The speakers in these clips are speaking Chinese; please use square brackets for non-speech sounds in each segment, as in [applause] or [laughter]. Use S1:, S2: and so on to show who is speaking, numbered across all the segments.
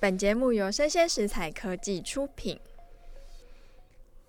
S1: 本节目由生鲜食材科技出品。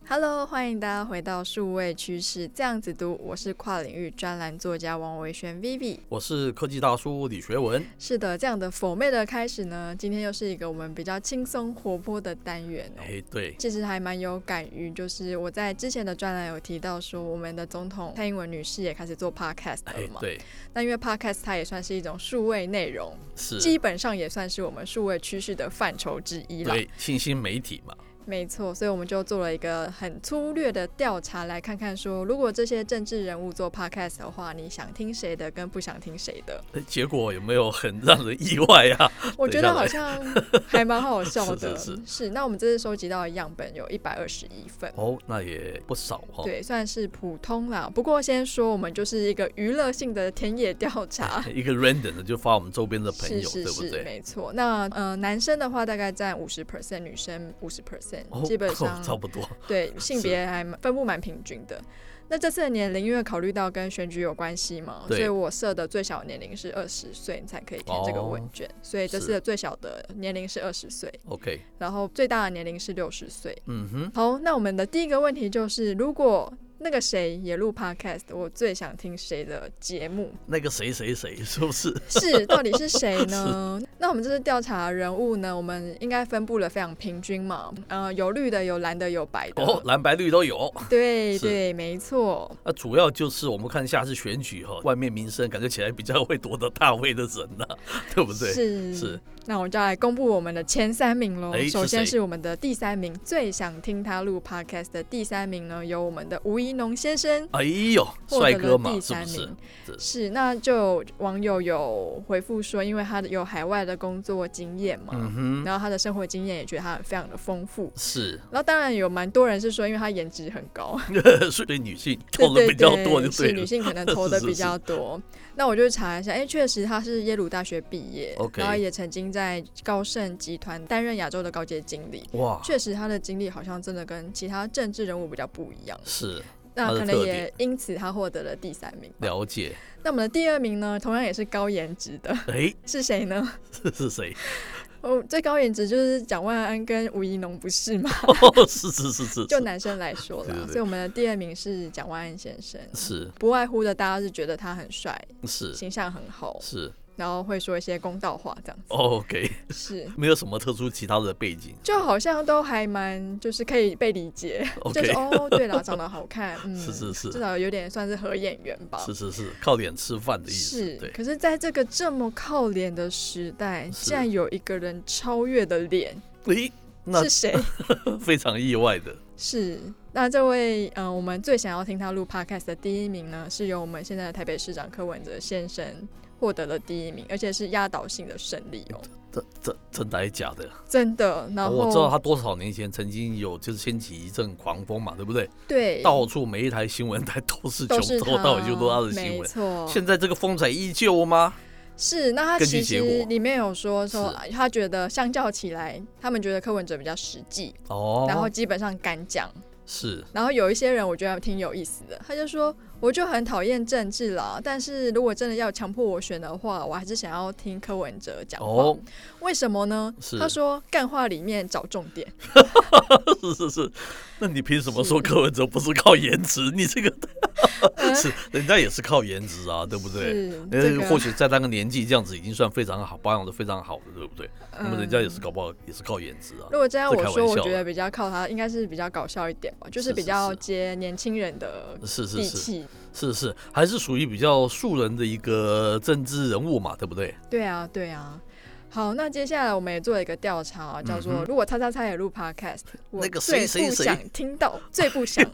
S1: Hello，欢迎大家回到数位趋势这样子读，我是跨领域专栏作家王维轩 Vivi。
S2: 我是科技大叔李学文。
S1: 是的，这样的妩媚的开始呢，今天又是一个我们比较轻松活泼的单元哦。
S2: 哎，对，
S1: 其实还蛮有感于，就是我在之前的专栏有提到说，我们的总统蔡英文女士也开始做 podcast
S2: 哎
S1: 了嘛。，
S2: 对，
S1: 那因为 podcast 它也算是一种数位内容，基
S2: 是，
S1: 本上也算是我们数位趋势的范畴之一啦。
S2: 对，新兴媒体嘛，
S1: 没错，所以我们就做了一个很粗略的调查，来看看说，如果这些政治人物做 podcast 的话，你想听谁的，跟不想听谁
S2: [laughs]
S1: 的。
S2: 哎结果有没有很让人意外啊？
S1: 我觉得好像还蛮好笑的。
S2: [laughs] 是是
S1: 那我们这次收集到的样本有一百二十一份。
S2: 哦，那也不少哦。
S1: 对，算是普通啦。不过先说，我们就是一个娱乐性的田野调查。
S2: 一个 random 的就发我们周边的 [laughs] 朋
S1: 是
S2: 友，
S1: 啊是
S2: 对不
S1: 是，
S2: 对？
S1: 没错。那呃，男生的话大概占五十 percent，女生五十 percent，
S2: 哦，
S1: 基本上
S2: [laughs] 差不多。
S1: 对性别还蛮分布蛮平均的。那这次的年龄，因为考虑到跟选举有关系嘛，所
S2: 对哦
S1: 以我设的最小年龄是二十岁，你才可以填这个问卷。所以这次
S2: 是
S1: 的最小的年龄是二十岁，
S2: OK，
S1: 然后最大的年龄是六十岁。
S2: 嗯哼，
S1: 好，那我们的第一个问题就是，如果那个谁也录 podcast，我最想听谁的节目？
S2: 那个谁谁谁是
S1: [laughs]
S2: 不是？
S1: 是，到底是谁呢？ [laughs] 那我们这次调查人物呢，我们应该分布了非常平均嘛。呃，有绿的，有蓝的，有白的。
S2: 哦，蓝白绿都有。
S1: 对
S2: 是
S1: 对，没错。
S2: 那主要就是我们看下次选举哈，外面民生感觉起来比较会夺得大位的人呐，对不对？
S1: 是
S2: 是。
S1: 那我就来公布我们的前三名喽。
S2: 哎
S1: 首
S2: 是
S1: 先
S2: 谁
S1: 是我们的第三名，最想听他录 podcast 的第三名呢，有我们的吴怡农先生。
S2: 哎呦，
S1: 获
S2: 帅
S1: 得
S2: 哥
S1: 了
S2: 嘛，
S1: 第
S2: 是
S1: 三
S2: 不是
S1: 名？
S2: 是
S1: 是，那就有网友有回复说，因为他的有海外的工作经验嘛，
S2: 嗯哼，
S1: 然后他的生活经验也觉得他非常的丰富。
S2: 是。
S1: 然后当然有蛮多人是说，因为他颜值很高，
S2: [laughs] 所以女性
S1: 对
S2: 投的
S1: 对
S2: 比较多
S1: 对
S2: 就是对
S1: 女
S2: 了。
S1: 性可能投的
S2: [laughs] 是
S1: 比
S2: 是
S1: 较多。那我就查一下，哎，确实他是耶鲁大学毕业
S2: OK
S1: 然后也曾经在高盛集团担任亚洲的高阶经理。
S2: 哇，
S1: 确实，他的经历好像真的跟其他政治人物比较不一样，
S2: 是
S1: 那
S2: 他的
S1: 可能
S2: 特
S1: 也
S2: 点
S1: 因此他获得了第三名。
S2: 了解。
S1: 那我们的第二名呢，同样也是高颜值的， [laughs]
S2: 哎， [laughs]
S1: 是谁呢？
S2: 这
S1: [laughs]
S2: 是谁？
S1: 哦，最高颜值就是蒋万安跟吴怡农，不是
S2: [laughs]
S1: 吗？
S2: 哦，是是是是，
S1: 就是男生来说啦
S2: 对，对对
S1: 所以我们的第二名是蒋万安先生，
S2: 是
S1: 不外乎的大家是觉得他很帅，
S2: 是
S1: 形象很好，
S2: 是
S1: 然后会说一些公道话这样子，
S2: ，OK，
S1: 是。
S2: 没有什么特殊其他的
S1: [laughs]
S2: 背景。
S1: 就好像都还蛮，就是可以被理解
S2: OK
S1: 就是哦，对了，长得好
S2: [laughs]
S1: 看，嗯，
S2: 是是是
S1: 至少有点算是合眼缘吧，
S2: 是是是，靠脸吃饭的意思。
S1: 是
S2: 对，
S1: 可是，在这个这么靠脸的时代，
S2: 是
S1: 竟然有一个人超越的脸，
S2: 诶，那
S1: 是
S2: [laughs]
S1: 谁？
S2: 非常意外的。
S1: 是那这位嗯、呃我们最想要听他录 podcast 的第一名呢，是由我们现在的台北市长柯文哲先生获得了第一名，而且是压倒性的胜利
S2: [laughs]
S1: 哦，
S2: 这这真的还是假的？哦
S1: 真的。然后、
S2: 我知道他多少年前曾经有就是掀起一阵狂风嘛，对不对？
S1: 对
S2: 到处每一台新闻台都是
S1: 都
S2: [laughs] 从
S1: 是
S2: 头
S1: 他，
S2: 到尾就都他的新
S1: 没
S2: 闻。 [laughs]
S1: 错，
S2: 现在这个风采依旧吗？
S1: 是那他
S2: 根据
S1: 其
S2: 结
S1: 实
S2: 果
S1: 里面有说说
S2: 是
S1: 啊他觉得相较起来，他们觉得柯文哲比较实际，
S2: 哦，
S1: 然后基本上敢讲。
S2: 是
S1: 然后有一些人我觉得挺有意思的，他就说我就很讨厌政治啦，但是如果真的要强迫我选的话，我还是想要听柯文哲讲话。
S2: 哦，
S1: 为什么呢？
S2: 是
S1: 他说干话里面找重点，
S2: 是是是，那你凭什么
S1: 是
S2: 说柯文哲不是靠颜值？你这个
S1: 嗯
S2: 是人家也是靠颜值啊，对不对？
S1: 是
S2: 呃
S1: 这个
S2: 或许在那个年纪这样子已经算非常好，保养的非常好的，对不对？那么人家也是
S1: 嗯
S2: 搞不好也是靠颜值啊
S1: 如。果真要我
S2: 这开玩
S1: 说，我
S2: 笑
S1: 觉
S2: 的
S1: 得比较靠他，应该是比较搞笑一点吧，就是
S2: 是
S1: 比较
S2: 是
S1: 接年轻人的
S2: 是是
S1: 地
S2: 是
S1: 气。
S2: 是是，还是属于比较素人的一个政治人物嘛，对不对？
S1: 对啊，对啊。好，那接下来我们也做了一个调查、啊叫
S2: 嗯
S1: 做“
S2: 哼
S1: 如果叉叉叉也录 podcast，我
S2: 那个
S1: 最
S2: 谁谁
S1: 不
S2: 谁
S1: 想听到， [laughs] 最不想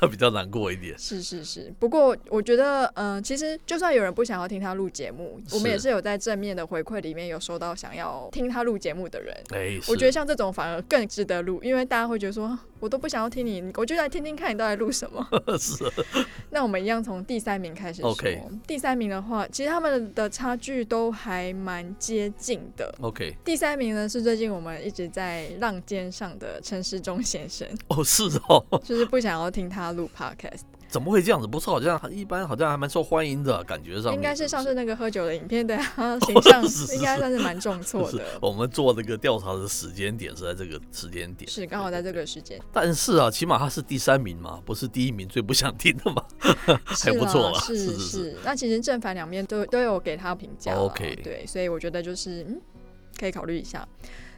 S2: 那比较难过一点。
S1: 是是是，不过我觉得，嗯、其实就算有人不想要听他录节目，我们
S2: 是
S1: 也是有在正面的回馈里面有收到想要听他录节目的人。
S2: 哎，
S1: 我
S2: 是
S1: 觉得像这种反而更值得录，因为大家会觉得说，啊我都不想要听你，我就来听听看你到底录什么。
S2: 是
S1: 那我们一样从第三名开始说。
S2: OK
S1: 第三名的话，其实他们的差距都还蛮接近的。
S2: OK
S1: 第三名呢是最近我们一直在浪尖上的陈世忠先生， [laughs]
S2: 哦，是哦，
S1: 就是不想要听他录 podcast。
S2: 怎么会这样子？不是好像一般好像还蛮受欢迎的感觉上面，
S1: 应该是上
S2: 不
S1: 次那个喝酒的影片对啊他形象
S2: [laughs] 是是
S1: 应该算是蛮重挫
S2: 就是
S1: 的，
S2: 我们做这个调查的时间点是在这个时间点，
S1: 是刚好在这个时间，
S2: 但是啊，起码他是第三名嘛，不是第一名最不想听的嘛， [laughs] 啊还
S1: 是
S2: 不错啦
S1: 啦，
S2: 是
S1: 是
S2: 是是
S1: 那其实正反两面都都有给他评价啦
S2: OK
S1: 对，所以我觉得就是嗯，可以考虑一下。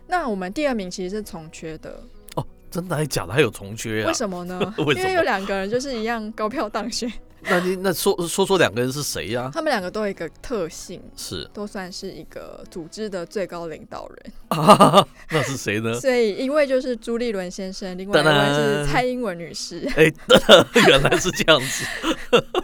S1: 那我们第二名其实是从缺的，
S2: 哦，真的还假的？还有重缺啊？
S1: 为？什么呢
S2: [laughs] 为什么
S1: 因为有两个人就是一样高票当选， [laughs]
S2: 那你那说说说两个人是谁呀、
S1: 他们两个都有一个特性，
S2: 是 [laughs]
S1: 都算是一个组织的最高领导人。
S2: 啊，那是谁呢？
S1: 所以一位就是朱立伦先生，另外一
S2: 当
S1: 位
S2: 然，
S1: 是蔡英文女士
S2: [laughs] 哎，原来是这样子。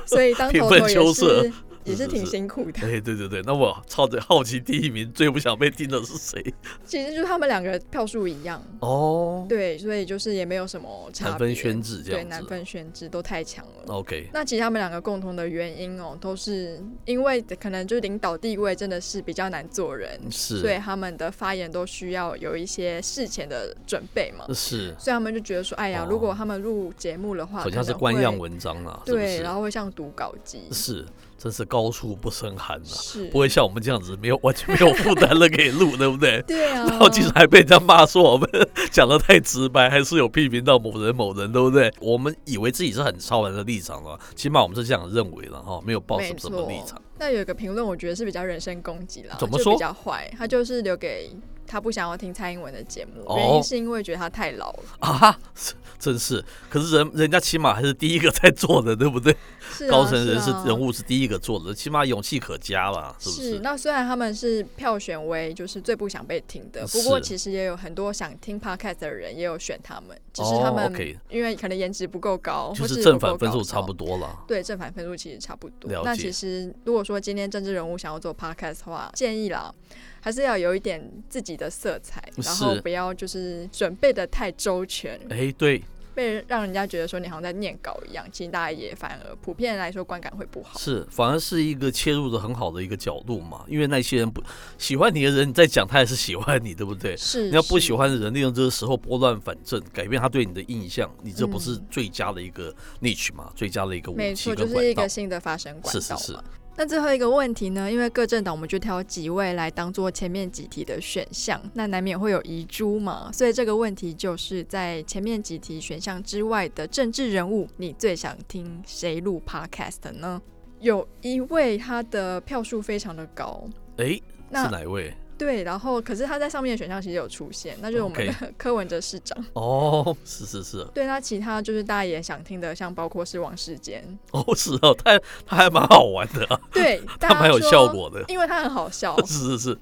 S1: 所以当头
S2: 平
S1: 头
S2: 分秋
S1: 也
S2: 色
S1: 是 [laughs] 也
S2: 是
S1: 是
S2: 是
S1: 挺
S2: 是
S1: 辛苦的。
S2: 哎，对对对，那我超着好奇，第一名最不想被听的是谁？
S1: 其实就是他们两个票数一样，
S2: 哦，
S1: 对，所以就是也没有什么差别。
S2: 难分轩制这
S1: 对，
S2: 样
S1: 难
S2: 子。哦
S1: 分轩制都太强了。
S2: OK，
S1: 那其实他们两个共同的原因哦，都是因为可能就是领导地位真的是比较难做人，所以
S2: 是
S1: 他们的发言都需要有一些事前的准备嘛。
S2: 是，
S1: 所以他们就觉得说，哎呀，
S2: 哦
S1: 如果他们录节目的话，
S2: 好像
S1: 可
S2: 是
S1: 能会
S2: 官样文章啊，是不
S1: 对，然
S2: 是？
S1: 后会像读稿机，
S2: 是，真是高处不胜寒啊呐，
S1: 是
S2: 不会像我们这样子没有完全没有负担了可以录，对不对？
S1: 对啊，
S2: 然后竟然还被人家骂说我们 [laughs] 讲的太直白，还是有批评到某人某人，对不对？我们以为自己是很超然的立场了，起码我们是这样认为了哈，没有抱
S1: 没
S2: 什么
S1: 错
S2: 立场。。
S1: 那有一个评论，我觉得是比较人身攻击啦，
S2: 怎么
S1: 就
S2: 说
S1: 比较坏，他就是留给他不想要听蔡英文的节目，
S2: 哦
S1: 原因是因为觉得他太老了，
S2: 啊，是真是，可是人人家起码还是第一个在做的，对不对？
S1: 是啊
S2: 高层人士、
S1: 是啊
S2: 人物是第一个做的，起码勇气可嘉啦，是不是？
S1: 是，那虽然他们是票选为就是最不想被听的，不过
S2: 是
S1: 其实也有很多想听 podcast 的人也有选他们，只是
S2: 哦
S1: 他们
S2: OK
S1: 因为可能颜值不够高，
S2: 就
S1: 或
S2: 是
S1: 是
S2: 正
S1: 不够
S2: 反分数
S1: 高
S2: 差不
S1: 超。
S2: 多了。
S1: 对，正反分数其实差不多
S2: 了。
S1: 那
S2: 解
S1: 其实如果说今天政治人物想要做 podcast 的话，建议啦，还是要有一点自己的色彩，然后
S2: 是
S1: 不要就是准备的太周全，
S2: 哎，对，
S1: 被让人家觉得说你好像在念稿一样。其实大家也反而普遍来说观感会不好。
S2: 是，反而是一个切入的很好的一个角度嘛，因为那些人不喜欢你的人，你再讲他也是喜欢你，对不对？
S1: 是，
S2: 你要不喜
S1: 是
S2: 欢的人，利用这个时候拨乱反正，改变他对你的印象，你这不是
S1: 嗯最
S2: 最佳的一个 niche 嘛？最佳的一个武
S1: 没
S2: 器
S1: 错，
S2: 跟
S1: 就是一
S2: 管道
S1: 个。新的发声管
S2: 是
S1: 道嘛。
S2: 是是
S1: 那最后一个问题呢？因为各政党我们就挑几位来当做前面几题的选项，那难免会有遗珠嘛，所以这个问题就是在前面几题选项之外的政治人物，你最想听谁录 podcast 呢？有一位他的票数非常的高，
S2: 哎，是
S1: 那
S2: 哪一位？
S1: 对，然后可是他在上面的选项其实有出现，那就是我们的 [laughs] 柯文哲市长。
S2: 哦，是是是，
S1: 对，那其他就是大家也想听的，像包括是王世
S2: [laughs]
S1: 坚，
S2: 哦是哦，他他还蛮好玩的、啊，
S1: 对，大
S2: 他
S1: 家
S2: 蛮有
S1: 说
S2: 效果的。。
S1: 因为他很好笑
S2: [laughs] 是是是，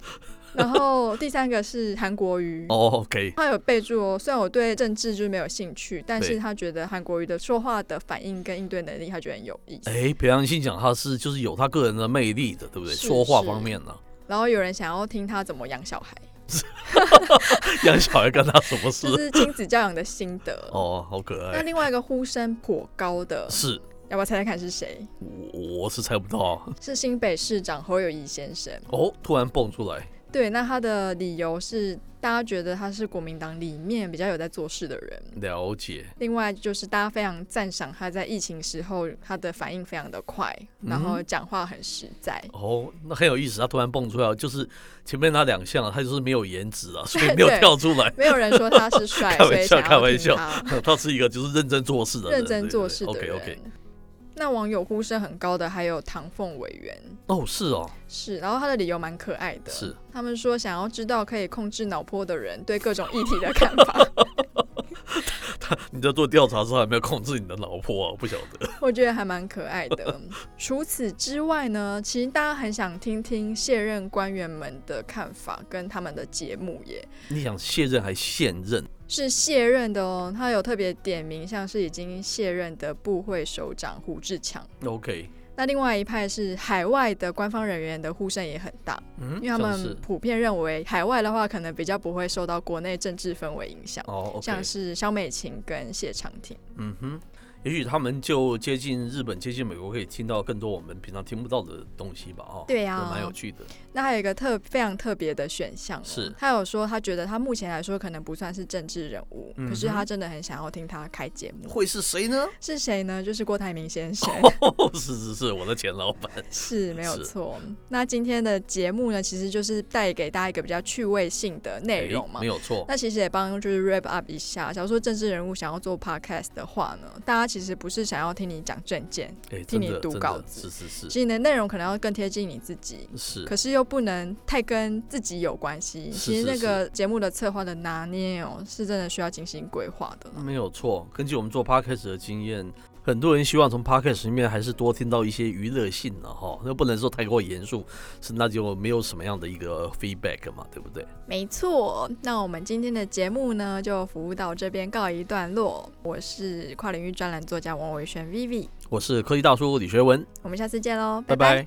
S1: 然后第三个是韩国瑜。
S2: 哦 OK，
S1: 他有备注哦，虽然我对政治就是没有兴趣，但
S2: 对
S1: 是他觉得韩国瑜的说话的反应跟应对能力，他觉得很有意思。
S2: 哎，裴阳欣讲他是就是有他个人的魅力的，对不对？
S1: 是
S2: 说话
S1: 是
S2: 方面呢、
S1: 然后有人想要听他怎么养小
S2: [laughs]
S1: 孩，
S2: 养小孩干他什么事
S1: 就？是亲子教养的心得。
S2: 哦，好可
S1: 那
S2: 爱。
S1: 另外一个呼声颇高的，
S2: 是，
S1: 要不要猜猜看是谁？
S2: 我我是猜不到啊
S1: 是新北市长侯友谊先生。
S2: 哦，突然蹦出来，
S1: 对，那他的理由是大家觉得他是国民党里面比较有在做事的人。
S2: 了解。
S1: 另外就是大家非常赞赏他在疫情时候他的反应非常的快，
S2: 嗯
S1: 然后讲话很实在。
S2: 哦，那很有意思，他突然蹦出来，就是前面那两项啊，他就是没有颜值
S1: [laughs]
S2: 啊，所以没有
S1: 对
S2: 跳出来。 [laughs]
S1: 没有人说他是帅，
S2: 开
S1: 所以
S2: 玩笑
S1: 想
S2: 开
S1: 要
S2: 玩
S1: 听
S2: 笑 [laughs]
S1: 他
S2: 他是一个就是认真做事的人，
S1: 认真做事的
S2: OK
S1: 人。
S2: OK，
S1: 那网友呼声很高的还有唐凤委员，
S2: 哦是哦，
S1: 是，然后他的理由蛮可爱的，
S2: 是
S1: 他们说想要知道可以控制脑波的人对各种议题的看法， [laughs]
S2: 你在做调查的时候还没有控制你的脑波啊？我不晓得。
S1: 我觉得还蛮可爱的。除此之外呢，其实大家很想听听卸任官员们的看法跟他们的节目耶，
S2: 你想卸任还现任？
S1: 是卸任的哦，他有特别点名，像是已经卸任的部会首长胡志强。
S2: OK，
S1: 那另外一派是海外的官方人员的呼声也很大，
S2: 嗯，
S1: 因为他
S2: 像是
S1: 们普遍认为海外的话可能比较不会受到国内政治氛围影响，
S2: 哦，OK，
S1: 像是肖美琴跟谢长廷。
S2: 嗯哼，也许他们就接近日本、接近美国，可以听到更多我们平常听不到的东西吧？哈，
S1: 对啊
S2: 也
S1: 呀、
S2: 蛮有趣的。
S1: 那还有一个特非常特别的选项哦，
S2: 是
S1: 他有说他觉得他目前来说可能不算是政治人物，
S2: 嗯哼
S1: 可是他真的很想要听他开节目。
S2: 会是谁呢？
S1: 是谁呢？就是郭台铭先
S2: [laughs]
S1: 生，
S2: 哦，是是是，我的前老板。
S1: 是没有
S2: 是
S1: 错。那今天的节目呢，其实就是带给大家一个比较趣味性的内容嘛
S2: 没。有错。
S1: 那其实也帮就是 wrap up 一下，假如说政治人物想要做 podcast 的话呢，大家其实不是想要听你讲政见，
S2: 哎，
S1: 替
S2: 真
S1: 你
S2: 的
S1: 读
S2: 真
S1: 稿
S2: 的
S1: 子
S2: 是是
S1: 其
S2: 是
S1: 实你的内容可能要更贴近你自己，
S2: 是。
S1: 可是又不能太跟自己有关系。
S2: 是
S1: 其实
S2: 是
S1: 那个节目的策划的拿捏哦，是真的需要精心规划的啦。
S2: 没有错，根据我们做 podcast 的经验，很多人希望从 podcast 里面还是多听到一些娱乐性的哈，那不能说太过严肃，是那就没有什么样的一个 feedback 嘛，对不对？
S1: 没错，那我们今天的节目呢，就服务到这边告一段落。我是跨领域专栏作家王维轩 Vivi，
S2: 我是科技大叔李学文，
S1: 我们下次见喽，
S2: 拜拜